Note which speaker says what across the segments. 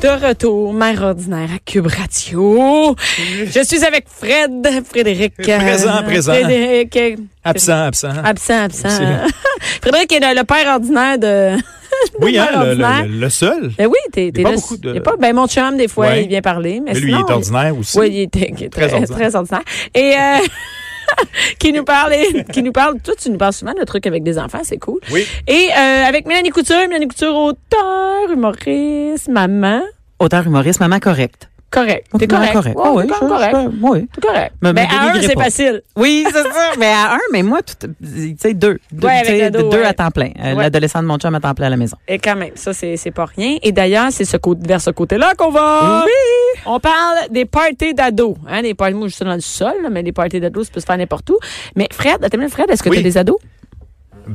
Speaker 1: De retour, mère ordinaire à Cube Radio. Je suis avec Fred, Frédéric. euh,
Speaker 2: Présent, présent.
Speaker 1: Frédéric, euh,
Speaker 2: Absent, absent.
Speaker 1: absent, absent.
Speaker 2: Absolument.
Speaker 1: Frédéric est le, le père ordinaire de.
Speaker 2: oui, hein, le,
Speaker 1: ordinaire.
Speaker 2: le- le- le seul.
Speaker 1: Ben oui, t'es,
Speaker 2: Il y a
Speaker 1: t'es
Speaker 2: pas
Speaker 1: le-
Speaker 2: beaucoup de-
Speaker 1: il y a pas, ben mon chum, des fois,
Speaker 2: Ouais.
Speaker 1: il vient parler. Mais,
Speaker 2: Mais lui, il
Speaker 1: sinon,
Speaker 2: est ordinaire aussi.
Speaker 1: Oui, il est, il est très,
Speaker 2: Très ordinaire.
Speaker 1: très ordinaire. Et euh, qui nous parle, et- qui nous parle. Toi, tu nous parles souvent de trucs avec des enfants, c'est cool.
Speaker 2: Oui.
Speaker 1: Et euh, avec Mélanie Couture, Mélanie Couture, auteur, humoriste, maman.
Speaker 3: Auteur humoriste, maman correcte.
Speaker 1: Correct. T'es
Speaker 3: Maman
Speaker 1: correct.
Speaker 3: correcte.
Speaker 1: Ouais,
Speaker 3: Ah oui,
Speaker 1: t'es
Speaker 3: je-
Speaker 1: correct.
Speaker 3: je- oui.
Speaker 1: T'es correct.
Speaker 3: Me- me
Speaker 1: Ben, à un,
Speaker 3: dénigrez
Speaker 1: c'est
Speaker 3: pas.
Speaker 1: facile.
Speaker 3: Oui, c'est ça. mais à un, mais moi, tout, tu sais, deux. Deux,
Speaker 1: Ouais,
Speaker 3: tu sais,
Speaker 1: avec l'ado,
Speaker 3: deux
Speaker 1: ouais.
Speaker 3: à temps plein. Euh,
Speaker 1: Ouais.
Speaker 3: L'adolescent de mon chum à temps plein à la maison.
Speaker 1: Et quand même, ça, c'est c'est pas rien. Et d'ailleurs, c'est ce côté, vers ce côté-là qu'on va. Oui! On parle des parties d'ados. Hein, des parties, moi, je suis dans le sol, là, mais des parties d'ados, ça peut se faire n'importe où. Mais Fred, attends une minute, Fred, est-ce que
Speaker 2: Oui.
Speaker 1: t'as des ados?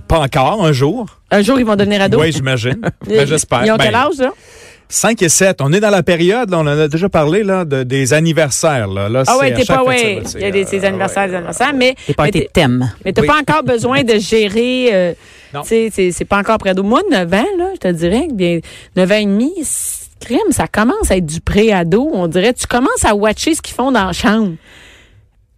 Speaker 2: Pas encore, un jour.
Speaker 1: Un jour, ils vont devenir ados.
Speaker 2: Oui, j'imagine.
Speaker 1: Ils-
Speaker 2: Ben, J'espère.
Speaker 1: Ils ont
Speaker 2: Ben,
Speaker 1: quel âge, là?
Speaker 2: 5 et 7. On est dans la période, là, on en a déjà parlé, là, de- des anniversaires. Là, là,
Speaker 1: Ah
Speaker 2: c'est
Speaker 1: ouais,
Speaker 2: à
Speaker 1: t'es
Speaker 2: chaque
Speaker 1: pas,
Speaker 2: fois,
Speaker 1: ouais.
Speaker 2: tu sais,
Speaker 1: Il y a des, ces
Speaker 2: euh,
Speaker 1: anniversaires,
Speaker 2: ouais.
Speaker 1: des anniversaires, mais.
Speaker 3: Des parties
Speaker 1: mais
Speaker 3: de
Speaker 1: t'es-
Speaker 3: thème.
Speaker 1: Mais t'as
Speaker 2: Oui.
Speaker 1: pas encore besoin de gérer. euh,
Speaker 2: Non.
Speaker 1: tu sais, c'est c'est pas encore près d'eau. Moi, 9 ans, là, je te dirais, que bien, 9 ans et demi, c'est- crime, ça commence à être du pré-ado. On dirait, tu commences à watcher ce qu'ils font dans la chambre.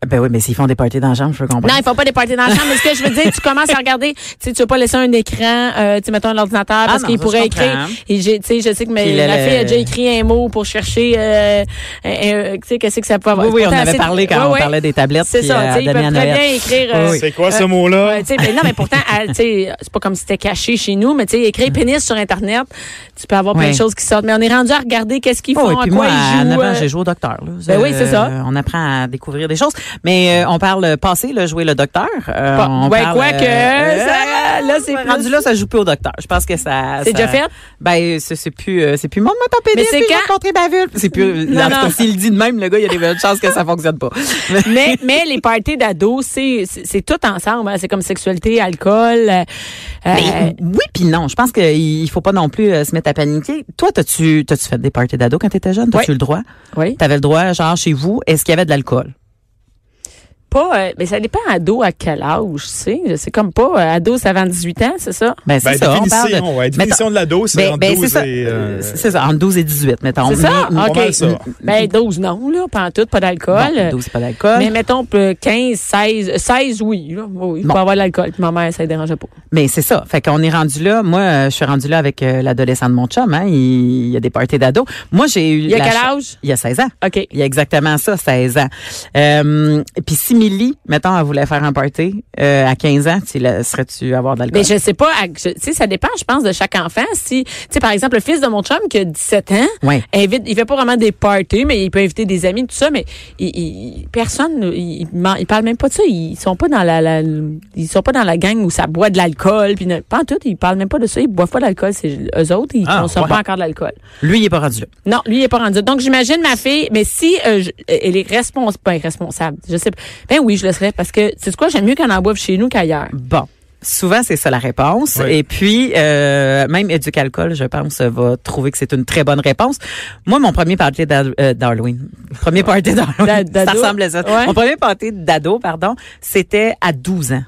Speaker 3: Ben oui, mais s'ils font des parties dans la chambre, je peux comprendre.
Speaker 1: Non, ils font pas des parties dans la chambre, mais ce que je veux dire, tu commences à regarder, tu sais, tu veux pas laisser un écran, euh, tu sais, mettons un ordinateur, parce
Speaker 3: Ah non,
Speaker 1: qu'il
Speaker 3: ça,
Speaker 1: pourrait
Speaker 3: je
Speaker 1: écrire.
Speaker 3: comprends.
Speaker 1: Et j'ai, tu sais, je sais que ma,
Speaker 3: Puis le-
Speaker 1: ma
Speaker 3: le-
Speaker 1: fille a déjà écrit un mot pour chercher, euh, un- un- tu sais, qu'est-ce que ça peut avoir.
Speaker 3: oui, oui, on
Speaker 1: Pourtant,
Speaker 3: avait
Speaker 1: c'est-
Speaker 3: parlé quand
Speaker 1: Ouais,
Speaker 3: on
Speaker 1: ouais.
Speaker 3: parlait des tablettes.
Speaker 1: C'est
Speaker 3: puis,
Speaker 1: ça,
Speaker 3: euh,
Speaker 1: tu sais, ils
Speaker 3: donner à
Speaker 1: peuvent très
Speaker 3: Noël.
Speaker 1: bien écrire, euh,
Speaker 3: Oui, oui.
Speaker 2: C'est quoi ce mot-là?
Speaker 1: Ouais, tu sais, mais non, mais pourtant, à- tu sais, c'est pas comme si c'était caché chez nous, mais tu sais, écrire pénis sur Internet, tu peux avoir plein
Speaker 3: Ouais.
Speaker 1: de choses qui sortent. Mais on est rendu à regarder qu'est-ce qu'ils
Speaker 3: Oh,
Speaker 1: font,
Speaker 3: et
Speaker 1: à
Speaker 3: puis
Speaker 1: quoi
Speaker 3: moi, à
Speaker 1: ils
Speaker 3: 9
Speaker 1: jouent.
Speaker 3: ans,
Speaker 1: euh,
Speaker 3: j'ai joué au docteur. là. Euh,
Speaker 1: Ben oui, c'est ça.
Speaker 3: on apprend à découvrir des choses. Mais euh, on parle euh, passé, là, jouer le docteur. Euh,
Speaker 1: Pas-
Speaker 3: on
Speaker 1: ouais,
Speaker 3: parle,
Speaker 1: quoi que, ça- là, c'est
Speaker 3: ouais,
Speaker 1: plus-
Speaker 3: Rendu là, ça joue plus au docteur. Je pense que ça...
Speaker 1: C'est
Speaker 3: ça-
Speaker 1: déjà fait?
Speaker 3: Ben, c'est c'est plus... euh, c'est plus mon mot
Speaker 1: Mais c'est quand-
Speaker 3: rencontrer ma vulve. C'est plus...
Speaker 1: Non,
Speaker 3: en
Speaker 1: non.
Speaker 3: tout cas, S'il le dit de même, le gars, il y a des bonnes chances que ça fonctionne pas. Mais-
Speaker 1: euh. mais, mais les parties d'ados, c'est, c'est, c'est tout ensemble. hein. C'est comme sexualité, alcool. euh, euh,
Speaker 3: Mais oui, puis non. Je pense qu'il faut pas non plus euh, se mettre à paniquer. Toi, t'as-tu t'as-tu fait des parties d'ado quand t'étais jeune?
Speaker 1: Oui.
Speaker 3: T'as-tu eu le droit?
Speaker 1: oui.
Speaker 3: T'avais le droit, genre, chez vous, est-ce qu'il y avait de l'alcool?
Speaker 1: Pas, euh, mais ça dépend ado à quel âge, tu sais. C'est comme pas euh, ado, c'est avant 18 ans, c'est ça?
Speaker 2: Ben,
Speaker 3: Ben, c'est ça. On parle de...
Speaker 2: définition, ouais, définition de la dose, c'est
Speaker 3: Ben,
Speaker 2: entre
Speaker 3: ben, c'est
Speaker 2: 12
Speaker 3: ça.
Speaker 2: et... euh,
Speaker 3: Euh, C'est ça, entre 12 et 18, mettons.
Speaker 1: C'est ça?
Speaker 3: Mais-
Speaker 1: OK.
Speaker 2: pas mal ça.
Speaker 1: Ben, 12, non, là. Pas en tout, pas d'alcool.
Speaker 3: Bon, 12, c'est pas d'alcool.
Speaker 1: Mais
Speaker 3: Mais,
Speaker 1: mettons euh, 15, 16, euh, 16 oui, là. Oui, il
Speaker 3: Bon.
Speaker 1: peut avoir de l'alcool. Puis Ma mère, ça ne dérangeait pas.
Speaker 3: c'est ça. Fait qu'on est rendu là. Moi, euh, je suis rendu là avec euh, l'adolescent de mon chum. Hein. Il, il y a des parties d'ados. Moi, j'ai eu.
Speaker 1: Il y a
Speaker 3: la
Speaker 1: quel
Speaker 3: cha-
Speaker 1: âge?
Speaker 3: Il y a 16 ans.
Speaker 1: OK.
Speaker 3: Il y a exactement ça, 16 ans. Euh, Puis si Millie, mettons, elle voulait faire un party euh, à 15 ans, tu la- serais-tu avoir de l'alcool?
Speaker 1: Mais je sais pas, à- je- tu sais, ça dépend, je pense, de chaque enfant. Si, tu sais, par exemple, le fils de mon chum qui a 17 ans,
Speaker 3: Ouais.
Speaker 1: invite, il fait pas vraiment des parties, mais il peut inviter des amis, tout ça, mais il, il- personne, il, il m'en- il parle même pas de ça. Ils sont pas dans la, la- ils sont pas dans la gang où ça boit de l'alcool, puis ne- pas en tout, ils parlent même pas de ça, ils boivent pas d'alcool, c'est eux autres, ils
Speaker 2: Ah,
Speaker 1: consomment
Speaker 2: ouais.
Speaker 1: pas encore de l'alcool.
Speaker 3: Lui, il est pas rendu là.
Speaker 1: Non, lui, il est pas rendu. Donc, j'imagine ma fille, mais si euh, je- elle est responsable, pas responsable, je sais pas. Ben oui, je le serais parce que, c'est quoi, j'aime mieux qu'elle en boive chez nous qu'ailleurs.
Speaker 3: Bon. Souvent, c'est ça la réponse.
Speaker 2: Oui.
Speaker 3: Et puis, euh, même Éducalcool, je pense, va trouver que c'est une très bonne réponse. Moi, mon premier party d'Hal- euh, d'Halloween, premier party
Speaker 1: D'a-
Speaker 3: d'Halloween, ça
Speaker 1: d'ado?
Speaker 3: ressemble à ça.
Speaker 1: Ouais.
Speaker 3: Mon premier party d'ado, pardon, c'était à 12 ans.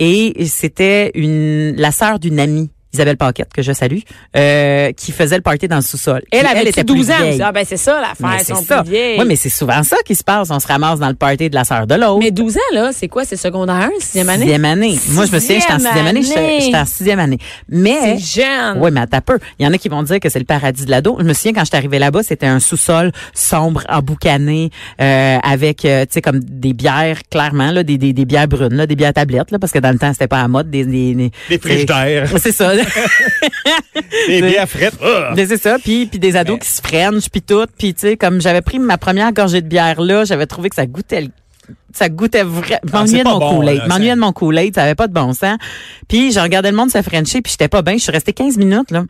Speaker 3: Et c'était une la sœur d'une amie, Isabelle Paquette, que je salue, euh, qui faisait le party dans le sous-sol.
Speaker 1: Elle
Speaker 3: Puis
Speaker 1: avait
Speaker 3: était plus
Speaker 1: 12 ans.
Speaker 3: vieille.
Speaker 1: Ah, ben, c'est ça, l'affaire.
Speaker 3: Mais
Speaker 1: Ils
Speaker 3: c'est
Speaker 1: sont
Speaker 3: ça.
Speaker 1: plus vieilles.
Speaker 3: Oui, mais c'est souvent ça qui se passe. On se ramasse dans le party de la sœur de l'autre.
Speaker 1: Mais 12 ans, là, c'est quoi? C'est secondaire 1, sixième année?
Speaker 3: Sixième année. Moi, je me souviens, j'étais
Speaker 1: Sixième
Speaker 3: en sixième année.
Speaker 1: année.
Speaker 3: J'étais j'étais en sixième année. Mais.
Speaker 1: C'est jeune.
Speaker 3: Oui, mais attends un peu. Il y en a qui vont dire que c'est le paradis de l'ado. Je me souviens quand je suis arrivée là-bas, c'était un sous-sol sombre, emboucané, euh, avec, euh, tu sais, comme des bières, clairement, là, des, des, des bières brunes, là, des bières tablettes, là, parce que dans le temps, c'était pas à la mode. Des, des, des,
Speaker 2: Des frigidaires.
Speaker 3: C'est- C'est ça.
Speaker 2: Des bières frettes. Ah!
Speaker 3: Mais c'est ça, puis puis des ados qui se frenchent, puis tout, puis tu sais comme j'avais pris ma première gorgée de bière là, j'avais trouvé que ça goûtait le- ça goûtait vraiment m'ennuyait de
Speaker 2: pas
Speaker 3: mon
Speaker 2: bon,
Speaker 3: Kool-Aid,
Speaker 2: là,
Speaker 3: m'ennuyait
Speaker 2: Ah, c'est-
Speaker 3: de mon Kool-Aid, ça avait pas de bon sens. Puis je regardais le monde se frencher, puis j'étais pas bien, je suis restée 15 minutes là.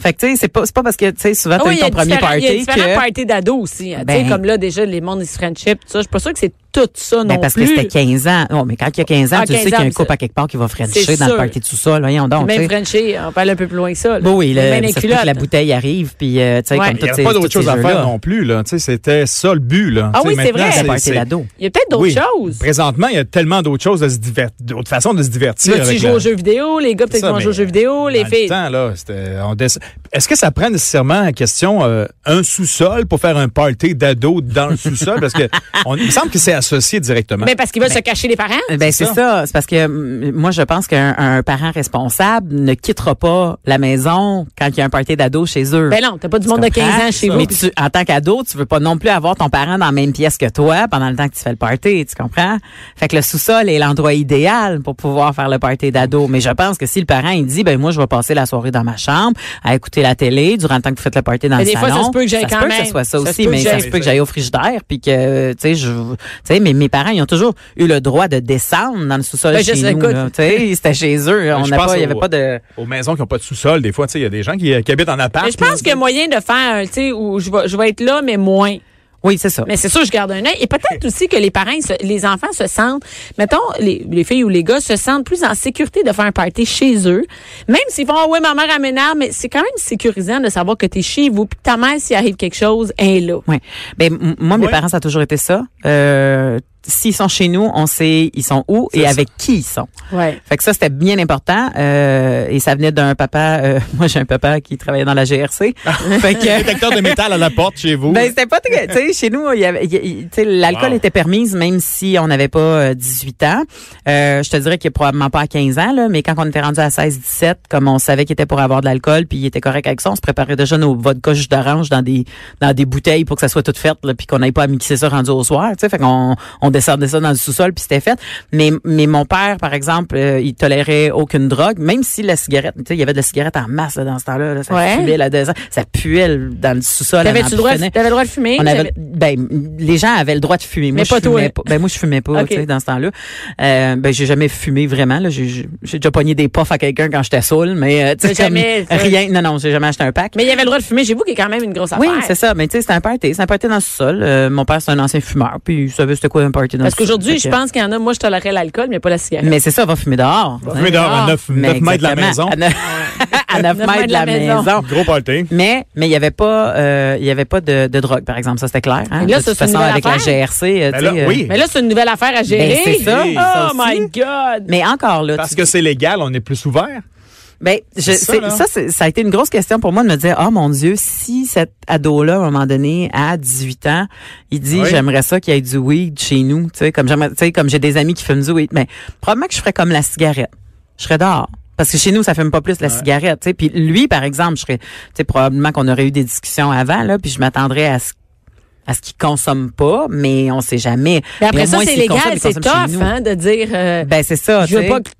Speaker 3: Fait que tu sais c'est pas c'est pas parce que tu sais souvent
Speaker 1: Ah
Speaker 3: t'as
Speaker 1: oui,
Speaker 3: eu
Speaker 1: il y a
Speaker 3: ton premier
Speaker 1: différents- Il y a
Speaker 3: party
Speaker 1: différents
Speaker 3: que
Speaker 1: parties d'ados aussi. hein. Tu sais,
Speaker 3: Ben-
Speaker 1: comme là, déjà, les mondes, ils se friendship, tout ça. Je suis pas sûre que c'est tout ça
Speaker 3: Ben,
Speaker 1: non
Speaker 3: parce
Speaker 1: plus.
Speaker 3: que c'était 15 ans. Non, mais quand il y a 15 ans,
Speaker 1: Ah,
Speaker 3: tu
Speaker 1: 15
Speaker 3: sais qu'il y a
Speaker 1: ans,
Speaker 3: un
Speaker 1: mais
Speaker 3: couple
Speaker 1: ça-
Speaker 3: à quelque part qui va
Speaker 1: C'est
Speaker 3: frencher dans le
Speaker 1: sûr.
Speaker 3: party tout ça. Voyons donc. tu
Speaker 1: Même
Speaker 3: sais.
Speaker 1: Frenchy, on parle un peu plus loin que ça. là.
Speaker 3: Bon,
Speaker 1: Même
Speaker 3: oui, là,
Speaker 1: les
Speaker 3: ça se peut
Speaker 1: culottes.
Speaker 3: que la bouteille arrive, puis euh, tu sais,
Speaker 1: Ouais.
Speaker 3: comme
Speaker 2: Il n'y
Speaker 3: toutes
Speaker 2: avait
Speaker 3: ces
Speaker 2: pas d'autre
Speaker 3: tous ces
Speaker 2: chose à
Speaker 3: jeux-là.
Speaker 2: faire non plus. là. Tu sais, C'était ça le but. Là.
Speaker 1: Ah
Speaker 2: Tu sais,
Speaker 1: oui, c'est
Speaker 2: maintenant,
Speaker 1: vrai.
Speaker 3: C'était
Speaker 1: C'est-
Speaker 3: un party d'ado.
Speaker 1: Il y a peut-être d'autres
Speaker 2: Oui.
Speaker 1: choses.
Speaker 2: Présentement, il y a tellement d'autres choses, à se divert- d'autres façons de se divertir.
Speaker 1: Là, tu
Speaker 2: avec
Speaker 1: joues
Speaker 2: la-
Speaker 1: aux jeux vidéo, les gars peut-être
Speaker 2: Ça,
Speaker 1: qu'ils vont
Speaker 2: mais,
Speaker 1: jouer aux jeux vidéo, les
Speaker 2: dans le
Speaker 1: filles.
Speaker 2: temps, là, c'était- on dess- Est-ce que ça prend nécessairement en question euh, un sous-sol pour faire un party d'ados dans le sous-sol? Parce que on, il me semble que c'est associé directement.
Speaker 1: Mais parce qu'ils veulent se cacher les parents.
Speaker 3: hein. Ben c'est
Speaker 2: ça.
Speaker 3: ça, c'est parce que mm, moi je pense qu'un un parent responsable ne quittera pas la maison quand il y a un party d'ado chez eux.
Speaker 1: Ben non, t'as pas du
Speaker 3: Tu
Speaker 1: monde de
Speaker 3: comprends?
Speaker 1: 15 ans chez vous.
Speaker 3: Mais tu, en tant qu'ado, tu veux pas non plus avoir ton parent dans la même pièce que toi pendant le temps que tu fais le party, tu comprends? Fait que le sous-sol est l'endroit idéal pour pouvoir faire le party d'ado. Mais je pense que si le parent, il dit, ben moi, je vais passer la soirée dans ma chambre à écouter la télé durant le temps que vous faites le party dans
Speaker 1: Mais
Speaker 3: le
Speaker 1: des fois,
Speaker 3: salon.
Speaker 1: ça se peut que j'aille quand
Speaker 3: Ça se peut
Speaker 1: même.
Speaker 3: que ce soit ça
Speaker 1: Ça se
Speaker 3: aussi,
Speaker 1: peut
Speaker 3: mais
Speaker 1: que
Speaker 3: ça
Speaker 1: j'aille.
Speaker 3: se peut que j'aille au frigidaire puis que, tu sais, je, tu sais, mais mes parents, ils ont toujours eu le droit de descendre dans le sous-sol
Speaker 1: Ben, je
Speaker 3: chez
Speaker 1: sais,
Speaker 3: nous,
Speaker 1: écoute.
Speaker 3: là. Tu sais, c'était chez eux. On
Speaker 2: Ben, je
Speaker 3: n'a
Speaker 2: pense
Speaker 3: pas, il y
Speaker 2: au-
Speaker 3: avait pas de...
Speaker 2: Aux maisons qui n'ont pas de sous-sol, des fois, tu sais, il y a des gens qui, qui habitent en appart.
Speaker 1: Mais je pense qu'il y a moyen de faire, un, tu sais, où je vais, je vais être là, mais moins.
Speaker 3: Oui, c'est ça.
Speaker 1: Mais c'est sûr, je garde un œil. Et peut-être aussi que les parents, ils se- les enfants se sentent, mettons, les, les filles ou les gars se sentent plus en sécurité de faire un party chez eux. Même s'ils vont, ah ouais, ma mère aménage, mais c'est quand même sécurisant de savoir que t'es chez vous, puis que ta mère, s'il arrive quelque chose, elle est là.
Speaker 3: Oui. Ben, m- moi, mes
Speaker 2: Ouais.
Speaker 3: parents, ça a toujours été ça. Euh, S'ils sont chez nous, on sait ils sont où et
Speaker 2: C'est ça.
Speaker 3: avec qui ils sont.
Speaker 1: Ouais.
Speaker 3: Fait que ça, c'était bien important. Euh, et ça venait d'un papa. euh, moi, j'ai un papa qui travaillait dans la GRC. fait que,
Speaker 2: détecteur de métal à la porte chez vous.
Speaker 3: ben, c'était pas très. Tu sais, chez nous, il y avait- il y- il- tu sais, l'alcool
Speaker 2: hein? Wow.
Speaker 3: était permise même si on n'avait pas euh, 18 ans. Euh, je te dirais qu'il est probablement pas à 15 ans, là, mais quand on était rendu à 16-17, comme on savait qu'il était pour avoir de l'alcool, puis il était correct avec ça, on se préparait déjà nos vodka jus d'orange dans des dans des bouteilles pour que ça soit tout fait, là, puis qu'on n'aille pas à mixer ça rendu au soir. Tu sais, fait qu'on on descendait ça dans le sous-sol, puis c'était fait. Mais mais mon père, par exemple, euh, il tolérait aucune drogue, même si la cigarette, tu sais, il y avait de la cigarette en masse là, dans ce temps-là, là, ça
Speaker 1: Ouais.
Speaker 3: fumait là, dedans, ça puait dans le sous-sol. on en
Speaker 1: T'avais-tu le droit, de-
Speaker 3: prenait.
Speaker 1: t'avais le droit de fumer?
Speaker 3: On avait,
Speaker 1: T'avais-
Speaker 3: ben, les gens avaient le droit de fumer. Moi,
Speaker 1: Mais
Speaker 3: je
Speaker 1: pas toi.
Speaker 3: fumais pas. Ben, moi, je fumais pas,
Speaker 1: Ok.
Speaker 3: tu sais, dans ce temps-là. Euh, ben, j'ai jamais fumé vraiment, là. J'ai, j'ai- j'ai déjà pogné des puffs à quelqu'un quand j'étais saoul, mais, euh, tu sais,
Speaker 1: T'as
Speaker 3: comme
Speaker 1: jamais-
Speaker 3: rien. Non, non, j'ai jamais acheté un pack.
Speaker 1: Mais il y avait le droit de fumer chez vous, qui est quand même une grosse
Speaker 3: oui,
Speaker 1: affaire.
Speaker 3: c'est ça. Mais, tu sais, c'était un party. C'était un party dans le sol. Euh, mon père, c'est un ancien fumeur, puis il savait c'était quoi un party dans le
Speaker 1: Parce
Speaker 3: sous-sol.
Speaker 1: qu'aujourd'hui, je
Speaker 3: Fait que-
Speaker 1: pense qu'il y en a, moi, je tolérais l'alcool, mais pas la cigarette.
Speaker 3: Mais c'est ça, va fumer dehors.
Speaker 2: On met dehors à 9,
Speaker 3: Mais
Speaker 2: mètres de la
Speaker 3: exactement.
Speaker 2: maison.
Speaker 3: À neuf- À 9 mètres de la maison.
Speaker 2: Gros party.
Speaker 3: Mais mais il y avait pas euh, il y avait pas de, de drogue par exemple ça c'était clair hein?
Speaker 1: Et là,
Speaker 3: de
Speaker 1: ça,
Speaker 3: toute
Speaker 1: c'est une
Speaker 3: façon
Speaker 1: nouvelle
Speaker 3: avec la
Speaker 1: affaire.
Speaker 3: GRC euh,
Speaker 2: Ben
Speaker 3: tu
Speaker 2: là,
Speaker 3: sais, euh,
Speaker 2: oui.
Speaker 1: Mais là, c'est une nouvelle affaire à gérer.
Speaker 3: Ben, c'est ça,
Speaker 1: Oh
Speaker 3: ça
Speaker 1: my
Speaker 3: aussi.
Speaker 1: God!
Speaker 3: Mais encore là,
Speaker 2: Parce
Speaker 3: tu-
Speaker 2: que c'est légal, on est plus ouvert.
Speaker 3: ben, je,
Speaker 2: c'est ça,
Speaker 3: c'est-
Speaker 2: là.
Speaker 3: ça, c'est- ça a été une grosse question pour moi de me dire, oh mon Dieu, si cet ado-là, à un moment donné, à 18 ans, il dit,
Speaker 2: Oui.
Speaker 3: j'aimerais ça qu'il y ait du weed chez nous, tu sais, comme j'aimerais, tu sais, comme j'ai des amis qui fument du weed, mais probablement que je ferais comme la cigarette, je serais dehors. Parce que chez nous, ça fume pas plus la cigarette, tu sais. Puis lui, par exemple, je serais, tu sais, probablement qu'on aurait eu des discussions avant, là, puis je m'attendrais à ce à ce qu'il consomme pas, mais on sait jamais.
Speaker 1: Mais après
Speaker 3: Mais au
Speaker 1: ça,
Speaker 3: moins,
Speaker 1: c'est
Speaker 3: s'il
Speaker 1: légal,
Speaker 3: consomme, il
Speaker 1: c'est
Speaker 3: consomme chez
Speaker 1: tough
Speaker 3: nous.
Speaker 1: hein, de dire euh,
Speaker 3: Ben c'est ça.
Speaker 1: je
Speaker 3: tu
Speaker 1: veux
Speaker 3: sais.
Speaker 1: pas que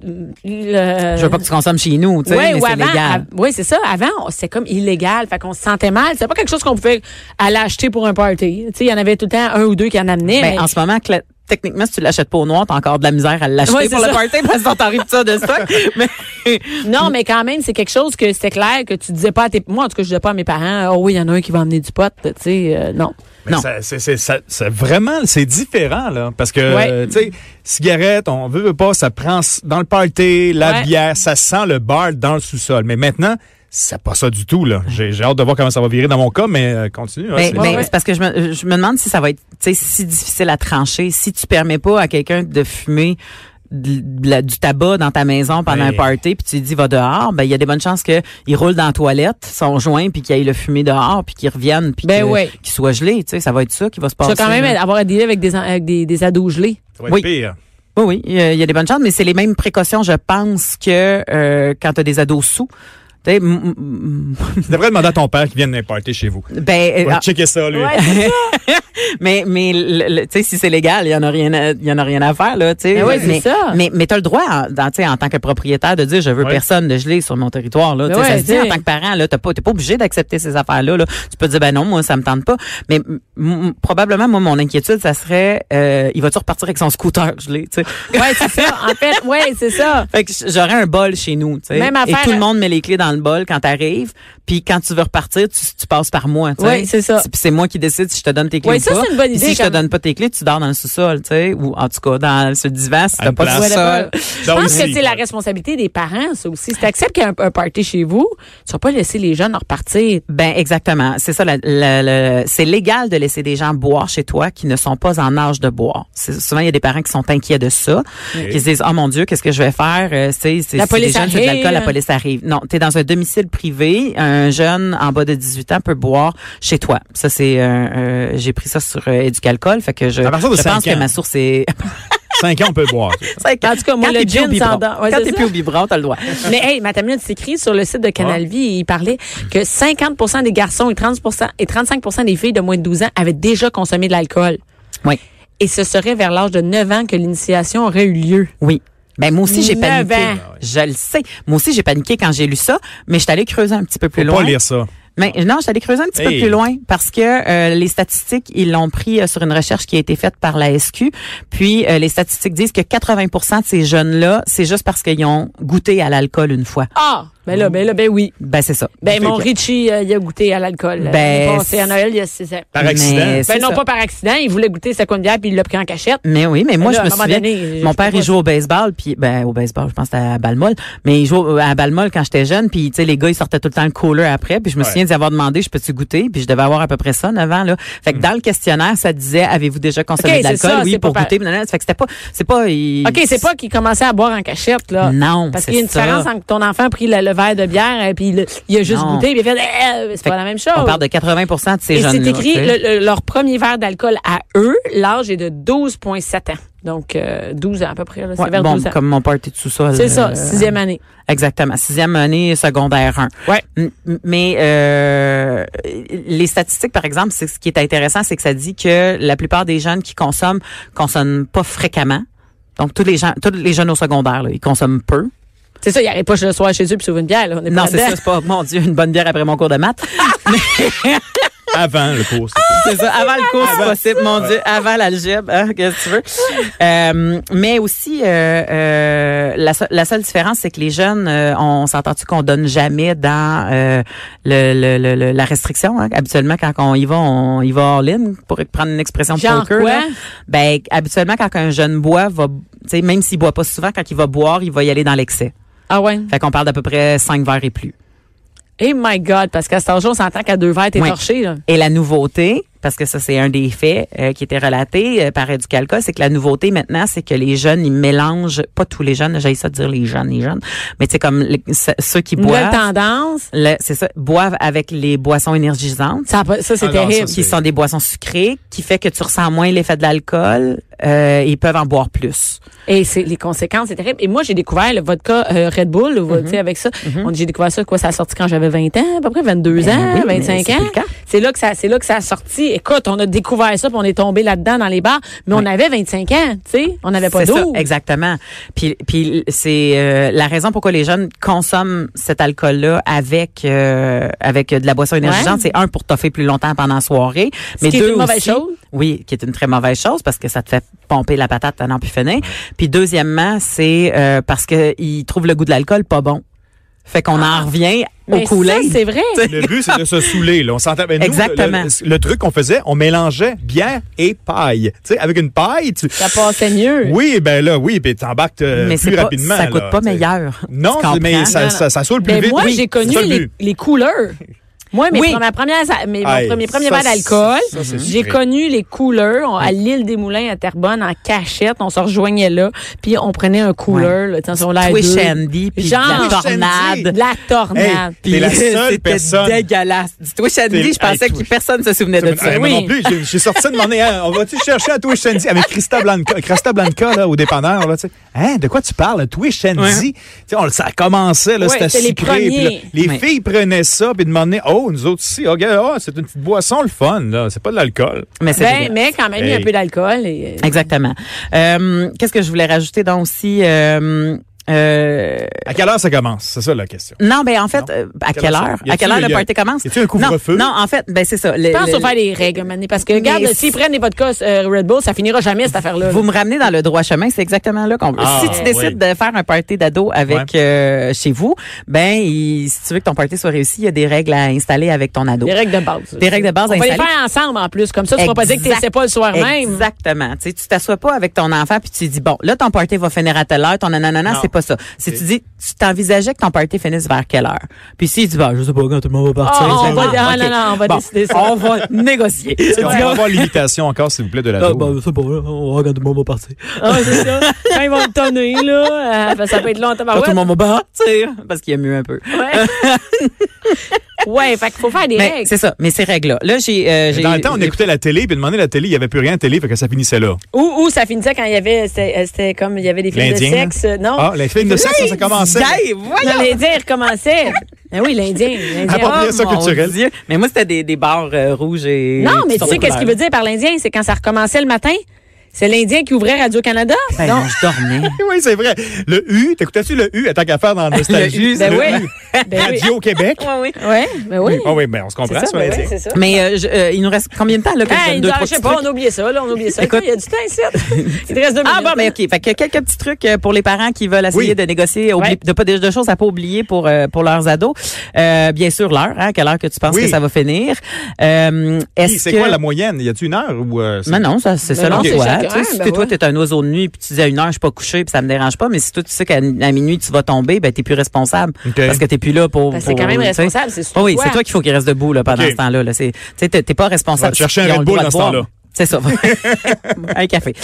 Speaker 1: le-
Speaker 3: je veux pas que tu consommes chez nous, tu sais,
Speaker 1: Ouais,
Speaker 3: mais
Speaker 1: ou
Speaker 3: c'est
Speaker 1: avant,
Speaker 3: légal.
Speaker 1: av- ouais, c'est ça. Avant, on- c'était comme illégal, fait qu'on se sentait mal. C'est pas quelque chose qu'on pouvait aller acheter pour un party. Tu sais, il y en avait tout le temps un ou deux qui en amenaient.
Speaker 3: Ben,
Speaker 1: Eh, mais-
Speaker 3: en ce moment, cla- techniquement, si tu l'achètes pas au noir, t'as encore de la misère à l'acheter
Speaker 1: Ouais,
Speaker 3: pour
Speaker 1: c'est
Speaker 3: le
Speaker 1: ça.
Speaker 3: party parce qu'on t'arrive ça de ça. Mais
Speaker 1: non, mais quand même, c'est quelque chose que c'était clair que tu disais pas à tes moi en tout cas, je disais pas à mes parents, oh oui, il y en a un qui va emmener du pot, tu sais, euh, non.
Speaker 2: Mais
Speaker 3: Non.
Speaker 2: ça- c'est- c'est- ça- c'est vraiment, c'est différent, là. Parce que,
Speaker 1: Ouais.
Speaker 2: euh, tu sais, cigarette, on veut, veut pas, ça prend s- dans le party, la
Speaker 1: Ouais.
Speaker 2: bière, ça sent le bar dans le sous-sol. Mais maintenant, c'est pas ça du tout, là. J'ai j'ai hâte de voir comment ça va virer dans mon cas, mais euh, continue. hein,
Speaker 3: mais,
Speaker 2: c'est-
Speaker 3: mais
Speaker 1: ouais.
Speaker 3: c'est parce que je me, je me demande si ça va être tu sais, si difficile à trancher, si tu permets pas à quelqu'un de fumer de- de la- du tabac dans ta maison pendant
Speaker 2: Ouais.
Speaker 3: un party puis tu lui dis va dehors ben il y a des bonnes chances que il roule dans la toilette son joint puis qu'il aille le fumer dehors puis qu'il revienne puis
Speaker 1: Ben
Speaker 3: que-
Speaker 1: ouais.
Speaker 3: qu'il soit gelé tu sais ça va être ça qui va se
Speaker 1: Tu
Speaker 3: passer hein.
Speaker 1: vas quand même
Speaker 3: là.
Speaker 1: avoir à dealer avec des, en- avec des, des ados gelés.
Speaker 2: ça va être
Speaker 3: oui.
Speaker 2: pire.
Speaker 3: Oui, oui, il y a- il y a des bonnes chances, mais c'est les mêmes précautions, je pense, que euh, quand tu as des ados sous. Tu sais, m- m-
Speaker 2: Tu devrais demander à ton père qu'il vienne d'un party chez vous.
Speaker 3: ben,
Speaker 2: Va
Speaker 1: ah.
Speaker 3: euh,
Speaker 2: checker ça, lui.
Speaker 3: mais mais le- le- tu sais, si c'est légal, il y en a rien, à- il y en a rien à faire là. tu sais.
Speaker 1: Mais oui, Ben c'est
Speaker 3: mais,
Speaker 1: ça.
Speaker 3: Mais mais t'as le droit, en, dans- tu sais, en tant que propriétaire, de dire je veux
Speaker 2: Ouais.
Speaker 3: personne de gelé sur mon territoire là.
Speaker 1: Mais
Speaker 3: Tu sais, ça
Speaker 1: Ben ouais,
Speaker 3: se dit en
Speaker 1: tu sais.
Speaker 3: tant que parent là, t'as pas, t'es pas obligé d'accepter ces affaires là, là. Tu peux dire ben non, moi ça me tente pas. Mais m- m- probablement moi mon inquiétude, ça serait, euh, il va-tu repartir avec son scooter gelé, tu sais.
Speaker 1: Ouais, c'est ça. En fait, ouais, c'est ça.
Speaker 3: Fait que j- j'aurais un bol chez nous, tu sais.
Speaker 1: Même
Speaker 3: Et
Speaker 1: affaire. euh,
Speaker 3: tout le monde met les clés dans le le bol quand t'arrives, puis quand tu veux repartir, tu, tu passes par moi. tu sais.
Speaker 1: Oui, c'est ça.
Speaker 3: C'est- Puis c'est moi qui décide si je te donne tes clés
Speaker 1: Oui,
Speaker 3: ou
Speaker 1: ça,
Speaker 3: pas.
Speaker 1: c'est une bonne
Speaker 3: Puis
Speaker 1: idée,
Speaker 3: Si je te
Speaker 1: comme-
Speaker 3: donne pas tes clés, tu dors dans le sous-sol, tu sais, ou en tout cas dans ce divan si
Speaker 2: À
Speaker 3: t'as
Speaker 2: une
Speaker 3: pas de
Speaker 2: place.
Speaker 3: sous-sol.
Speaker 1: Je
Speaker 2: Donc,
Speaker 1: pense que
Speaker 2: si-
Speaker 1: c'est la responsabilité des parents, ça aussi. Si tu acceptes qu'il y a un, un party chez vous, tu vas pas laisser les jeunes en repartir.
Speaker 3: Ben exactement, c'est ça. la- la- la- c'est légal de laisser des gens boire chez toi qui ne sont pas en âge de boire. C'est- Souvent, il y a des parents qui sont inquiets de ça, qui se disent oh mon Dieu, qu'est-ce que je vais faire Euh, C'est c'est
Speaker 1: La
Speaker 3: c'est des
Speaker 1: police
Speaker 3: jeunes, c'est de
Speaker 1: arrive.
Speaker 3: l'alcool, la police arrive. Non, t'es dans un domicile privé. Un jeune en bas de 18 ans peut boire chez toi. Ça c'est, euh, euh, j'ai pris ça sur euh, Éducalcool, fait que je,
Speaker 2: À partir de
Speaker 3: je pense
Speaker 2: cinq ans.
Speaker 3: que ma source est
Speaker 2: Cinq ans, on peut boire.
Speaker 1: En tout cas, moi,
Speaker 3: Quand
Speaker 1: le
Speaker 3: t'es plus au
Speaker 1: gin
Speaker 3: biberon.
Speaker 1: sans dents. Ouais,
Speaker 3: Quand
Speaker 1: c'est
Speaker 3: t'es
Speaker 1: ça.
Speaker 3: plus au biberon, t'as le droit.
Speaker 1: Mais hey, Madame Minute s'écrit sur le site de Canal Vie, il parlait que 50 des garçons et 30 et 35 des filles de moins de 12 ans avaient déjà consommé de l'alcool.
Speaker 3: Oui.
Speaker 1: Et ce serait vers l'âge de 9 ans que l'initiation aurait eu lieu.
Speaker 3: Oui. Ben moi aussi j'ai
Speaker 1: Neuf
Speaker 3: paniqué.
Speaker 1: ans.
Speaker 2: Ah
Speaker 3: Je le sais. Moi aussi j'ai paniqué quand j'ai lu ça, mais je suis allée creuser un petit peu plus
Speaker 2: Faut
Speaker 3: loin.
Speaker 2: pas lire ça.
Speaker 3: Mais non, je suis allée creuser un petit
Speaker 2: Hey.
Speaker 3: peu plus loin parce que euh, les statistiques, ils l'ont pris euh, sur une recherche qui a été faite par la SQ. Puis euh, les statistiques disent que 80% de ces jeunes-là, c'est juste parce qu'ils ont goûté à l'alcool une fois.
Speaker 1: Ah! Ben là, ben là, ben oui.
Speaker 3: Ben c'est ça.
Speaker 1: Ben,
Speaker 2: Fait
Speaker 1: mon
Speaker 2: que-
Speaker 1: Richie, euh, il a goûté à l'alcool. euh,
Speaker 3: Ben,
Speaker 1: il est passé à
Speaker 3: c'est-
Speaker 1: Noël, il y a six ans.
Speaker 2: Par
Speaker 3: Mais
Speaker 2: accident.
Speaker 3: c'est
Speaker 1: Ben non,
Speaker 3: ça.
Speaker 1: pas par accident. Il voulait goûter sa coin de bière, puis il l'a pris en cachette.
Speaker 3: Mais oui, mais moi,
Speaker 1: ben Là, à
Speaker 3: je me
Speaker 1: un moment
Speaker 3: souviens,
Speaker 1: donné, je-
Speaker 3: mon
Speaker 1: je
Speaker 3: père,
Speaker 1: peux
Speaker 3: il
Speaker 1: pas-
Speaker 3: jouait au baseball, puis, ben, au baseball, je pense que c'était à Balmol, mais il jouait à Balmol quand j'étais jeune, puis, tu sais, les gars, ils sortaient tout le temps le cooler après, puis je me
Speaker 2: Ouais.
Speaker 3: souviens d'y avoir demandé, je peux-tu goûter, puis je devais avoir à peu près ça, 9 ans, là. Fait que dans le questionnaire, ça disait, avez-vous déjà consommé
Speaker 1: Hmm. Ok,
Speaker 3: de
Speaker 1: c'est ça,
Speaker 3: l'alcool?
Speaker 1: c'est
Speaker 3: Oui,
Speaker 1: pas
Speaker 3: pour
Speaker 1: par-
Speaker 3: goûter, non, non, fait que c'était pas, c'est pas, il-
Speaker 1: OK, c'est pas qu'il commençait à boire en cachette, là.
Speaker 3: Non,
Speaker 1: Parce
Speaker 3: c'est
Speaker 1: qu'il y a une
Speaker 3: ça.
Speaker 1: différence entre ton enfant a pris le, le verre de bière et puis il- il a juste
Speaker 3: Non.
Speaker 1: goûté puis il a fait, Eh, c'est
Speaker 3: Fait
Speaker 1: pas la même chose.
Speaker 3: On parle de 80 de ces
Speaker 1: Et
Speaker 3: jeunes
Speaker 1: c'est écrit, le- le- leur premier verre d'alcool à eux, l'âge est de 12,7 ans. Donc, euh, 12 ans à peu près. là. C'est vers
Speaker 3: bon,
Speaker 1: 12 ans.
Speaker 3: comme mon party de sous-sol.
Speaker 1: C'est ça,
Speaker 3: euh,
Speaker 1: sixième année.
Speaker 3: Exactement. Sixième année secondaire 1.
Speaker 1: Ouais.
Speaker 3: M- Mais euh, les statistiques, par exemple, c'est ce qui est intéressant, c'est que ça dit que la plupart des jeunes qui consomment consomment pas fréquemment. Donc tous les gens, tous les jeunes au secondaire, là, ils consomment peu.
Speaker 1: C'est ça, ils n'arrivent pas le soir chez eux puis s'ouvrent une bière. là. On est
Speaker 3: Non,
Speaker 1: pas
Speaker 3: c'est
Speaker 1: là-dedans.
Speaker 3: ça, c'est pas mon Dieu, une bonne bière après mon cours de maths.
Speaker 2: Avant le cours.
Speaker 3: C'est ça, avant le cours, c'est possible, mon Dieu, avant l'algèbre, hein, qu'est-ce que tu veux. Euh, mais aussi, euh, euh, la, so- la seule différence, c'est que les jeunes, euh, on s'entend-tu qu'on donne jamais dans euh, le, le- le- le- la restriction? hein? Habituellement, quand on y va, on y va en ligne, pour prendre une expression de
Speaker 1: Genre
Speaker 3: poker.
Speaker 1: quoi?
Speaker 3: là. Ben, habituellement, quand un jeune boit, va, tu sais, même s'il boit pas souvent, quand il va boire, il va y aller dans l'excès.
Speaker 1: Ah ouais.
Speaker 3: Fait qu'on parle d'à peu près cinq verres et plus.
Speaker 1: Eh my God, parce qu'à cet âge on s'entend qu'à deux verres, t'es
Speaker 3: Oui.
Speaker 1: torché. Là.
Speaker 3: Et la nouveauté, parce que ça, c'est un des faits euh, qui était relaté euh, par Educalca, c'est que la nouveauté maintenant, c'est que les jeunes, ils mélangent, pas tous les jeunes, j'ai ça de dire les jeunes, les jeunes, mais c'est comme les- ce- ceux qui
Speaker 1: Nouvelle
Speaker 3: boivent,
Speaker 1: tendance.
Speaker 3: le- c'est ça, boivent avec les boissons énergisantes,
Speaker 1: Ça, a pas- ça c'est
Speaker 2: Ah non,
Speaker 1: terrible.
Speaker 2: ça,
Speaker 3: qui sont des boissons sucrées, qui fait que tu ressens moins l'effet de l'alcool, euh, ils peuvent en boire plus.
Speaker 1: Et c'est les conséquences, c'est terrible. Et moi, j'ai découvert le vodka euh, Red Bull, le
Speaker 3: Mm-hmm.
Speaker 1: vo- tu sais, avec ça. On- J'ai découvert ça, quoi, ça a sorti quand j'avais 20 ans, à peu près 22
Speaker 3: Ben
Speaker 1: ans,
Speaker 3: oui, mais
Speaker 1: 25
Speaker 3: c'est plus
Speaker 1: ans.
Speaker 3: le cas.
Speaker 1: C'est là que ça, c'est là que ça a sorti. Écoute, on a découvert ça, puis on est tombé là-dedans dans les bars, mais on avait 25 ans, tu sais, on n'avait pas
Speaker 3: C'est ça,
Speaker 1: d'eau.
Speaker 3: exactement. Puis, puis c'est euh, la raison pourquoi les jeunes consomment cet alcool-là avec euh, avec de la boisson énergisante,
Speaker 1: Ouais.
Speaker 3: c'est un pour toffer plus longtemps pendant la soirée,
Speaker 1: Ce qui est une mauvaise chose.
Speaker 3: Oui, qui est une très mauvaise chose parce que ça te fait pomper la patate à n'en plus finir. Puis deuxièmement, c'est euh, parce que ils trouvent le goût de l'alcool pas bon. Fait qu'on en revient au
Speaker 1: Ah. Mais Ben, ça,
Speaker 3: coulet.
Speaker 1: c'est vrai.
Speaker 2: Le but, c'est de se saouler. Là. On s'entend. Ben, nous,
Speaker 3: Exactement.
Speaker 2: le- Le, le truc qu'on faisait, on mélangeait bière et paille. Tu sais, avec une paille, tu.
Speaker 1: Ça passait mieux.
Speaker 2: Oui, ben là, oui, puis t'embarques euh,
Speaker 3: mais
Speaker 2: plus
Speaker 3: c'est pas-
Speaker 2: rapidement.
Speaker 3: ça
Speaker 2: là,
Speaker 3: coûte pas
Speaker 2: tu sais.
Speaker 3: meilleur.
Speaker 2: Non,
Speaker 3: Tu comprends?
Speaker 2: mais ça,
Speaker 1: Non,
Speaker 2: ça, ça saoule plus
Speaker 1: Ben
Speaker 2: vite.
Speaker 1: moi,
Speaker 2: Oui,
Speaker 1: j'ai
Speaker 2: c'est
Speaker 1: connu
Speaker 2: ça le
Speaker 1: les,
Speaker 2: but.
Speaker 1: les couleurs. Moi, mes
Speaker 3: Oui.
Speaker 1: premières- ma première, sa- mes, mon
Speaker 2: Aïe,
Speaker 1: premier, premier
Speaker 2: ça,
Speaker 1: verre d'alcool,
Speaker 2: ça,
Speaker 3: Mmh.
Speaker 2: c'est
Speaker 1: j'ai
Speaker 2: sucré.
Speaker 1: connu les couleurs à l'île des Moulins à Terrebonne en cachette. On se rejoignait là, puis on prenait un couleur. Là, tu sais, on l'air
Speaker 3: Twitch
Speaker 1: deux.
Speaker 3: Andy, puis de la
Speaker 1: Genre,
Speaker 3: tornade.
Speaker 1: la tornade.
Speaker 2: Hey, T'es la seule
Speaker 3: c'était
Speaker 2: personne-
Speaker 3: dégueulasse. Dis-toi,
Speaker 2: T'es-
Speaker 3: Shandy, je
Speaker 2: Hey,
Speaker 3: pensais que
Speaker 2: toi,
Speaker 3: personne se souvenait de ça.
Speaker 2: Ah, moi
Speaker 1: oui.
Speaker 2: non plus, j'ai- j'ai sorti de mon hein, On va-tu chercher à Twitch Shandy avec Christa Blanca, Christa Blanca là, au dépanneur? Là, tu sais. hein, de quoi tu parles? Twitch Shandy? Tu sais, on le- Ça commençait, là,
Speaker 1: Ouais,
Speaker 2: c'était
Speaker 1: c'était les
Speaker 2: sucré. puis là,
Speaker 1: premiers.
Speaker 2: les
Speaker 3: Ouais.
Speaker 2: filles prenaient ça puis demandaient Oh, nous autres ici, ok, ah, c'est une petite boisson, le fun, là. c'est pas de l'alcool.
Speaker 3: Mais c'est
Speaker 1: Ben,
Speaker 3: dégueulasse.
Speaker 1: mais quand même, il y a un
Speaker 2: Hey.
Speaker 1: peu d'alcool. et-
Speaker 3: Exactement. Euh, Qu'est-ce que je voulais rajouter donc aussi? euh, Euh,
Speaker 2: À quelle heure ça commence? C'est ça la question.
Speaker 3: non, ben en fait,
Speaker 2: Non.
Speaker 3: euh, à quelle heure?
Speaker 2: Y
Speaker 3: À
Speaker 2: a-t-il-
Speaker 3: quelle heure le
Speaker 2: y a-
Speaker 3: party commence?
Speaker 2: y a-t-il un couvre-feu?
Speaker 3: Non, non, en fait, ben c'est ça. Le-
Speaker 1: Je pense
Speaker 3: le-
Speaker 1: qu'on va faire des règles, maintenant, parce que regarde,
Speaker 3: Mais
Speaker 1: s'ils prennent des podcasts euh, Red Bull, ça finira jamais cette affaire-là.
Speaker 3: Vous me ramenez dans le droit chemin, c'est exactement là qu'on veut.
Speaker 2: Ah,
Speaker 3: si tu décides de faire un party d'ado avec euh, chez vous, ben il- si tu veux que ton party soit réussi, il y a des règles à installer avec ton ado.
Speaker 1: Des règles de base.
Speaker 3: Des règles de base
Speaker 1: On va les
Speaker 3: installées.
Speaker 1: faire ensemble en plus, comme ça tu vas pas dire que tu
Speaker 3: Exact.
Speaker 1: sais pas le soir même.
Speaker 3: Exactement. Tu sais, tu t'assois pas avec ton enfant puis tu dis bon, là ton party va finir à telle heure, ton nanana,
Speaker 2: Non.
Speaker 3: c'est pas ça. Si tu dis tu t'envisageais que ton party finisse vers quelle heure Puis s'il dit bah je sais pas quand tout le monde va partir.
Speaker 1: Ah, on
Speaker 3: c'est
Speaker 1: va-
Speaker 3: bon.
Speaker 1: ah,
Speaker 3: OK.
Speaker 1: non, non, on va
Speaker 3: Bon,
Speaker 1: décider ça.
Speaker 3: On va négocier.
Speaker 2: Est-ce qu'on va avoir l'imitation encore, s'il vous plaît, de la tour?
Speaker 3: Ah, bah, c'est on regarde tout le monde va partir.
Speaker 1: Ah, c'est ça. Quand ils vont me tonner, là, euh, ça peut être long.
Speaker 3: Quand tout le monde va partir, parce qu'il y a mieux un peu.
Speaker 1: Ouais. ouais, fait qu'il faut faire des
Speaker 3: Mais
Speaker 1: règles.
Speaker 3: c'est ça, mais ces règles-là. Là, j'ai. euh, j'ai-
Speaker 2: Dans le temps, on
Speaker 3: j'ai-
Speaker 2: écoutait la télé, puis demandait la télé, il n'y avait plus rien à télé, fait que ça finissait là.
Speaker 1: Ou, ou ça finissait quand il y avait, c'était euh, c'était comme il y avait des films de
Speaker 2: L'Indien,
Speaker 3: hein?
Speaker 1: sexe. euh, Non. Ah,
Speaker 2: Ah, les films de sexe, ça, ça commençait.
Speaker 3: Hey, voyons!
Speaker 1: Non, l'Indien, il recommençait. Ben oui, l'Indien. l'Indien.
Speaker 2: Ah, bon. Appropriation
Speaker 3: mon
Speaker 2: culturelle.
Speaker 3: Dieu. Mais moi, c'était des, des barres euh, rouges et.
Speaker 1: Ah, Non, mais
Speaker 3: toutes
Speaker 1: tu
Speaker 3: sortes
Speaker 1: sais
Speaker 3: de
Speaker 1: qu'est-ce qu'il
Speaker 3: couleurs.
Speaker 1: veut dire par l'Indien? C'est quand ça recommençait le matin? C'est l'Indien qui ouvrait Radio-Canada?
Speaker 3: Ben,
Speaker 1: non.
Speaker 3: non, je dormais.
Speaker 2: Oui, c'est vrai. Le U, t'écoutais-tu le U? Attends qu'à faire dans la nostalgie.
Speaker 3: U,
Speaker 1: Ben
Speaker 2: le
Speaker 1: oui.
Speaker 2: U.
Speaker 1: Ben oui.
Speaker 2: Radio Québec.
Speaker 3: oui, oui.
Speaker 1: Ouais, ben oui.
Speaker 2: Ah oui, ben on se
Speaker 1: C'est
Speaker 2: comprend
Speaker 1: ça,
Speaker 2: sur
Speaker 1: ben
Speaker 2: l'Indien.
Speaker 1: oui, c'est ça.
Speaker 3: Mais euh, je- euh, il nous reste combien de temps, là, que je
Speaker 1: Hey,
Speaker 3: donne
Speaker 1: il
Speaker 3: deux,
Speaker 1: nous-
Speaker 3: trois
Speaker 1: je sais
Speaker 3: petits
Speaker 1: pas,
Speaker 3: trucs?
Speaker 1: on oublie ça, là, on oublie ça.
Speaker 3: Écoute-
Speaker 1: il y a du temps ici. Il te reste deux minutes.
Speaker 3: Ah bon, mais OK. Fait que quelques petits trucs euh, pour les parents qui veulent essayer
Speaker 2: Oui.
Speaker 3: de négocier, oublie-
Speaker 1: Ouais.
Speaker 3: de pas de, de choses à pas oublier pour euh, pour leurs ados. Euh, bien sûr, l'heure, hein, quelle heure que tu penses
Speaker 2: Oui.
Speaker 3: que ça va finir. Euh, est-ce
Speaker 2: Puis, C'est
Speaker 3: que...
Speaker 2: quoi la moyenne? Y a-tu une heure ou. euh, c'est-
Speaker 3: Mais non, ça, c'est
Speaker 1: Mais
Speaker 3: selon
Speaker 1: non, c'est
Speaker 3: toi.
Speaker 1: chacun,
Speaker 3: Tu sais, si
Speaker 1: ben
Speaker 3: t'es- toi,
Speaker 1: ouais.
Speaker 3: t'es un oiseau de nuit, puis tu dis à une heure, je suis pas couché, puis ça me dérange pas, mais si toi, tu sais qu'à à minuit, tu vas tomber, ben, t'es plus responsable.
Speaker 2: OK.
Speaker 3: Parce que t'es plus là pour.
Speaker 1: Ben, c'est
Speaker 3: pour-
Speaker 1: quand même
Speaker 3: tu sais.
Speaker 1: responsable, c'est
Speaker 3: Ah
Speaker 1: surtout
Speaker 3: oui,
Speaker 1: toi.
Speaker 3: c'est toi qu'il faut qu'il reste debout, là, pendant
Speaker 2: OK.
Speaker 3: ce temps-là, là. C'est, tu sais, t'es, t'es pas responsable.
Speaker 2: Va te chercher un
Speaker 3: Ils ont
Speaker 2: Red
Speaker 3: le
Speaker 2: Bull
Speaker 3: droit de
Speaker 2: dans ce
Speaker 3: boire.
Speaker 2: temps-là.
Speaker 3: C'est ça. un café.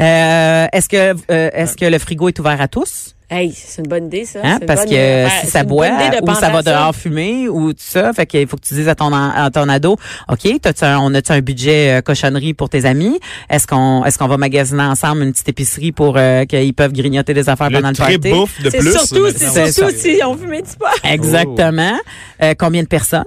Speaker 3: Euh, est-ce que, euh, est-ce que le frigo est ouvert à tous?
Speaker 1: Hey, c'est une bonne idée, ça.
Speaker 3: Hein?
Speaker 1: C'est une
Speaker 3: Parce
Speaker 1: bonne-
Speaker 3: que
Speaker 1: Ouais,
Speaker 3: si
Speaker 1: c'est
Speaker 3: ça
Speaker 1: une
Speaker 3: boit,
Speaker 1: bonne idée de
Speaker 3: ou ça
Speaker 1: penser
Speaker 3: va
Speaker 1: à ça.
Speaker 3: dehors fumer, ou tout ça, fait qu'il faut que tu dises à ton, en- à ton ado, OK, t'as-tu un, on a-tu un budget euh, cochonnerie pour tes amis? Est-ce qu'on, est-ce qu'on va magasiner ensemble une petite épicerie pour euh, qu'ils peuvent grignoter des affaires pendant
Speaker 2: Le
Speaker 3: le party?
Speaker 2: trip bouffe de
Speaker 1: C'est
Speaker 2: plus. euh,
Speaker 1: surtout,
Speaker 2: maintenant,
Speaker 3: ben, c'est
Speaker 1: c'est
Speaker 2: oui,
Speaker 1: surtout
Speaker 2: ça.
Speaker 1: si on fumait du pot.
Speaker 3: Exactement. Euh, combien de personnes?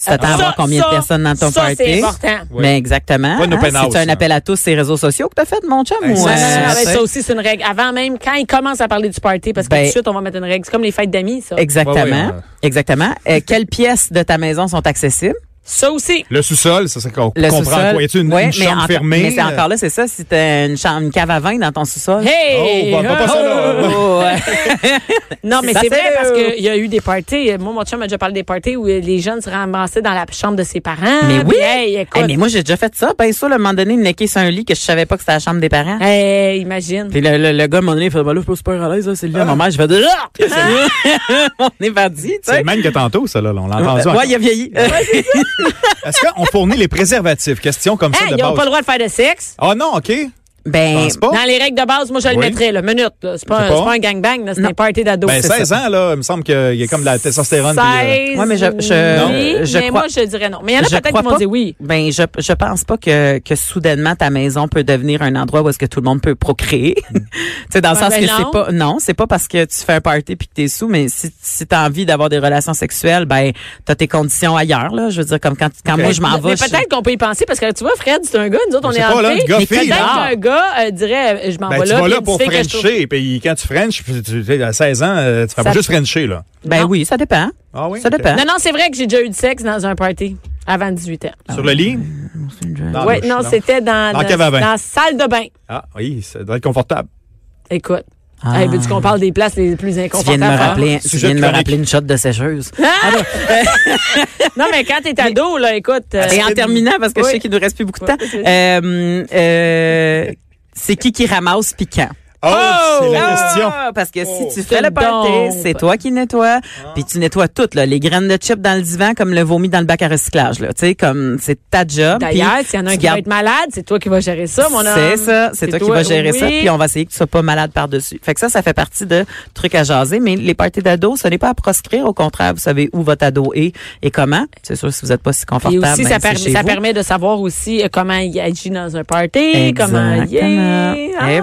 Speaker 3: Tu t'attends à
Speaker 1: Euh, Ça,
Speaker 3: voir combien
Speaker 1: ça,
Speaker 3: de personnes dans ton
Speaker 1: ça,
Speaker 3: party?
Speaker 1: c'est important.
Speaker 2: Ouais.
Speaker 3: Mais Ben, exactement.
Speaker 2: Pas une open
Speaker 3: C'est
Speaker 2: house,
Speaker 3: un
Speaker 2: hein.
Speaker 3: appel à tous ces réseaux sociaux que t'as fait, mon chum.
Speaker 2: Ben,
Speaker 3: ou,
Speaker 2: ça,
Speaker 3: euh,
Speaker 1: Non, non, non, mais
Speaker 3: tu sais?
Speaker 1: ça aussi, c'est une règle. Avant même, quand ils commencent à parler du party, parce que
Speaker 3: Ben-
Speaker 1: tout de suite, on va mettre une règle. C'est comme les fêtes d'amis, ça.
Speaker 3: Exactement.
Speaker 2: Ouais, hein. ouais, ouais.
Speaker 3: Exactement. Euh, quelles pièces de ta maison sont accessibles?
Speaker 1: Ça aussi.
Speaker 2: Le sous-sol, ça, ça qu'on
Speaker 3: Le
Speaker 2: comprend
Speaker 3: sous-sol.
Speaker 2: quoi. Y a-tu une,
Speaker 3: Ouais,
Speaker 2: une
Speaker 3: mais
Speaker 2: chambre
Speaker 3: encore-
Speaker 2: fermée? Euh,
Speaker 3: Mais c'est encore là, c'est ça, si t'as une chambre, une cave à vin dans ton sous-sol.
Speaker 1: Hey!
Speaker 2: Oh, bah, bah, pas ça, là.
Speaker 3: Oh, ouais.
Speaker 1: Non, mais
Speaker 3: Ça,
Speaker 1: c'est
Speaker 3: c'est
Speaker 1: vrai
Speaker 3: le-
Speaker 1: parce qu'il y a eu des parties. Moi, mon chum m'a déjà parlé des parties où euh, les jeunes se ramassaient dans la chambre de ses parents.
Speaker 3: Mais oui!
Speaker 1: Puis, Hey,
Speaker 3: Hey,
Speaker 1: écoute.
Speaker 3: mais moi, j'ai déjà fait ça. Ben, ça, là, à un moment donné, necker sur un lit que je savais pas que c'était la chambre des parents.
Speaker 1: Hey, imagine.
Speaker 3: Puis le, le, le gars, à un moment donné, il fait, ben là, je suis pas super à l'aise, là, c'est le lit à ma mère. Je fais, Ah! on est parti, tu
Speaker 2: C'est
Speaker 3: sais.
Speaker 2: le même que tantôt, ça, là. On l'a entendu. encore.
Speaker 3: Ouais, il a vieilli.
Speaker 2: Est-ce qu'on fournit les préservatifs? Question comme ça
Speaker 1: Hey,
Speaker 2: de
Speaker 1: Hein, ils n'ont
Speaker 2: base.
Speaker 1: pas le Eh, droit de faire de sexe.
Speaker 2: Ah non, OK. Je
Speaker 3: ben,
Speaker 2: pense pas.
Speaker 1: Dans les règles de base, moi, je le
Speaker 2: Oui.
Speaker 1: mettrais, là. Minute, là. C'est pas, un-
Speaker 2: Je sais pas.
Speaker 1: c'est pas un gangbang, là. C'est
Speaker 3: Non.
Speaker 1: un party d'ados.
Speaker 2: Ben,
Speaker 1: C'est ça.
Speaker 2: 16 ans, là, il me semble qu'il y a comme de la testostérone. puis, euh,
Speaker 1: 16,
Speaker 3: Ouais, mais je- je-
Speaker 1: oui,
Speaker 3: je
Speaker 1: mais
Speaker 3: crois-
Speaker 1: moi, je dirais non. Mais il y en a
Speaker 3: je
Speaker 1: peut-être
Speaker 3: crois
Speaker 1: qui m'ont
Speaker 3: pas-
Speaker 1: dit oui.
Speaker 3: ben, je, je pense pas que, que soudainement ta maison peut devenir un endroit où est-ce que tout le monde peut procréer. tu sais, dans le
Speaker 1: Mm. Ouais,
Speaker 3: sens
Speaker 1: ben
Speaker 3: que
Speaker 1: non.
Speaker 3: c'est pas, non, c'est pas parce que tu fais un party puis que t'es sous, mais si, si t'as envie d'avoir des relations sexuelles, ben, t'as tes conditions ailleurs, là. Je veux dire, comme quand, quand
Speaker 2: Ok.
Speaker 3: moi je m'en
Speaker 1: Mais
Speaker 3: vais. je-
Speaker 1: peut-être qu'on peut y penser parce que tu vois, Fred, c'est un gars, nous autres, on
Speaker 2: Je
Speaker 1: est
Speaker 2: sais pas,
Speaker 1: en
Speaker 2: là,
Speaker 1: paix.
Speaker 2: le gars
Speaker 1: Mais
Speaker 2: fille,
Speaker 1: Peut-être
Speaker 2: là.
Speaker 1: qu'un gars euh, dirait, euh, je m'en
Speaker 2: Ben,
Speaker 1: vais
Speaker 2: tu
Speaker 1: là.
Speaker 2: vas
Speaker 1: puis
Speaker 2: là
Speaker 1: une
Speaker 2: pour
Speaker 1: fille que je trouve-
Speaker 2: Frencher. Puis quand tu French, tu- tu sais, à 16 ans, euh, tu fais pas
Speaker 1: Ça-
Speaker 2: juste Frencher, là.
Speaker 3: Ben
Speaker 1: Non.
Speaker 3: oui, ça dépend.
Speaker 2: Ah oui?
Speaker 3: Ça
Speaker 2: OK.
Speaker 3: dépend.
Speaker 1: Non, non, c'est vrai que j'ai déjà eu du sexe dans un party avant 18 ans.
Speaker 2: Sur le lit?
Speaker 3: Ah,
Speaker 2: Dans la
Speaker 1: Oui,
Speaker 3: ben,
Speaker 2: douche,
Speaker 1: non, c'était dans,
Speaker 2: Dans
Speaker 1: dans,
Speaker 2: la cave à vin.
Speaker 1: dans la salle de bain.
Speaker 2: Ah oui, ça doit être confortable.
Speaker 1: Écoute.
Speaker 3: Ah.
Speaker 1: Hey, veux-tu qu'on parle des places les plus
Speaker 3: Tu viens
Speaker 1: inconfortables?
Speaker 3: de me
Speaker 1: hein?
Speaker 3: rappeler, Ah, tu
Speaker 2: Sujet
Speaker 3: viens de me
Speaker 2: chronique.
Speaker 3: rappeler une shot de sécheuse.
Speaker 1: Non, mais quand t'es ado, là, écoute. euh,
Speaker 3: Et en terminant, parce que je
Speaker 1: Oui.
Speaker 3: sais qu'il nous reste plus beaucoup de temps,
Speaker 1: Oui.
Speaker 3: euh, euh, c'est qui qui ramasse piquant?
Speaker 2: Oh, c'est la
Speaker 3: Ah!
Speaker 2: question.
Speaker 3: Parce que
Speaker 2: Oh.
Speaker 3: si tu fais le party,
Speaker 1: Donc.
Speaker 3: c'est toi qui nettoies,
Speaker 1: Ah.
Speaker 3: puis tu nettoies tout, là, les graines de chips dans le divan comme le vomi dans le bac à recyclage. Là, tu sais, comme c'est ta job. puis
Speaker 1: D'ailleurs, s'il y en a un
Speaker 3: tu
Speaker 1: qui va
Speaker 3: gardes-
Speaker 1: être malade, c'est toi qui vas gérer ça, mon homme.
Speaker 3: C'est ça, c'est toi, qui vas gérer ça,
Speaker 1: oui.
Speaker 3: puis on va essayer que tu sois pas malade par-dessus. Fait que ça, ça fait partie de trucs à jaser, mais les parties d'ados, ce n'est pas à proscrire, au contraire, vous savez où votre ado est et comment. C'est sûr, si vous n'êtes pas si
Speaker 1: Et
Speaker 3: confortable,
Speaker 1: aussi,
Speaker 3: ben,
Speaker 1: ça,
Speaker 3: c'est
Speaker 1: permet-
Speaker 3: chez
Speaker 1: ça
Speaker 3: vous.
Speaker 1: permet de savoir aussi euh, comment il agit dans un party, comment il
Speaker 3: Exactement. Eh
Speaker 1: est. Ah.
Speaker 3: Et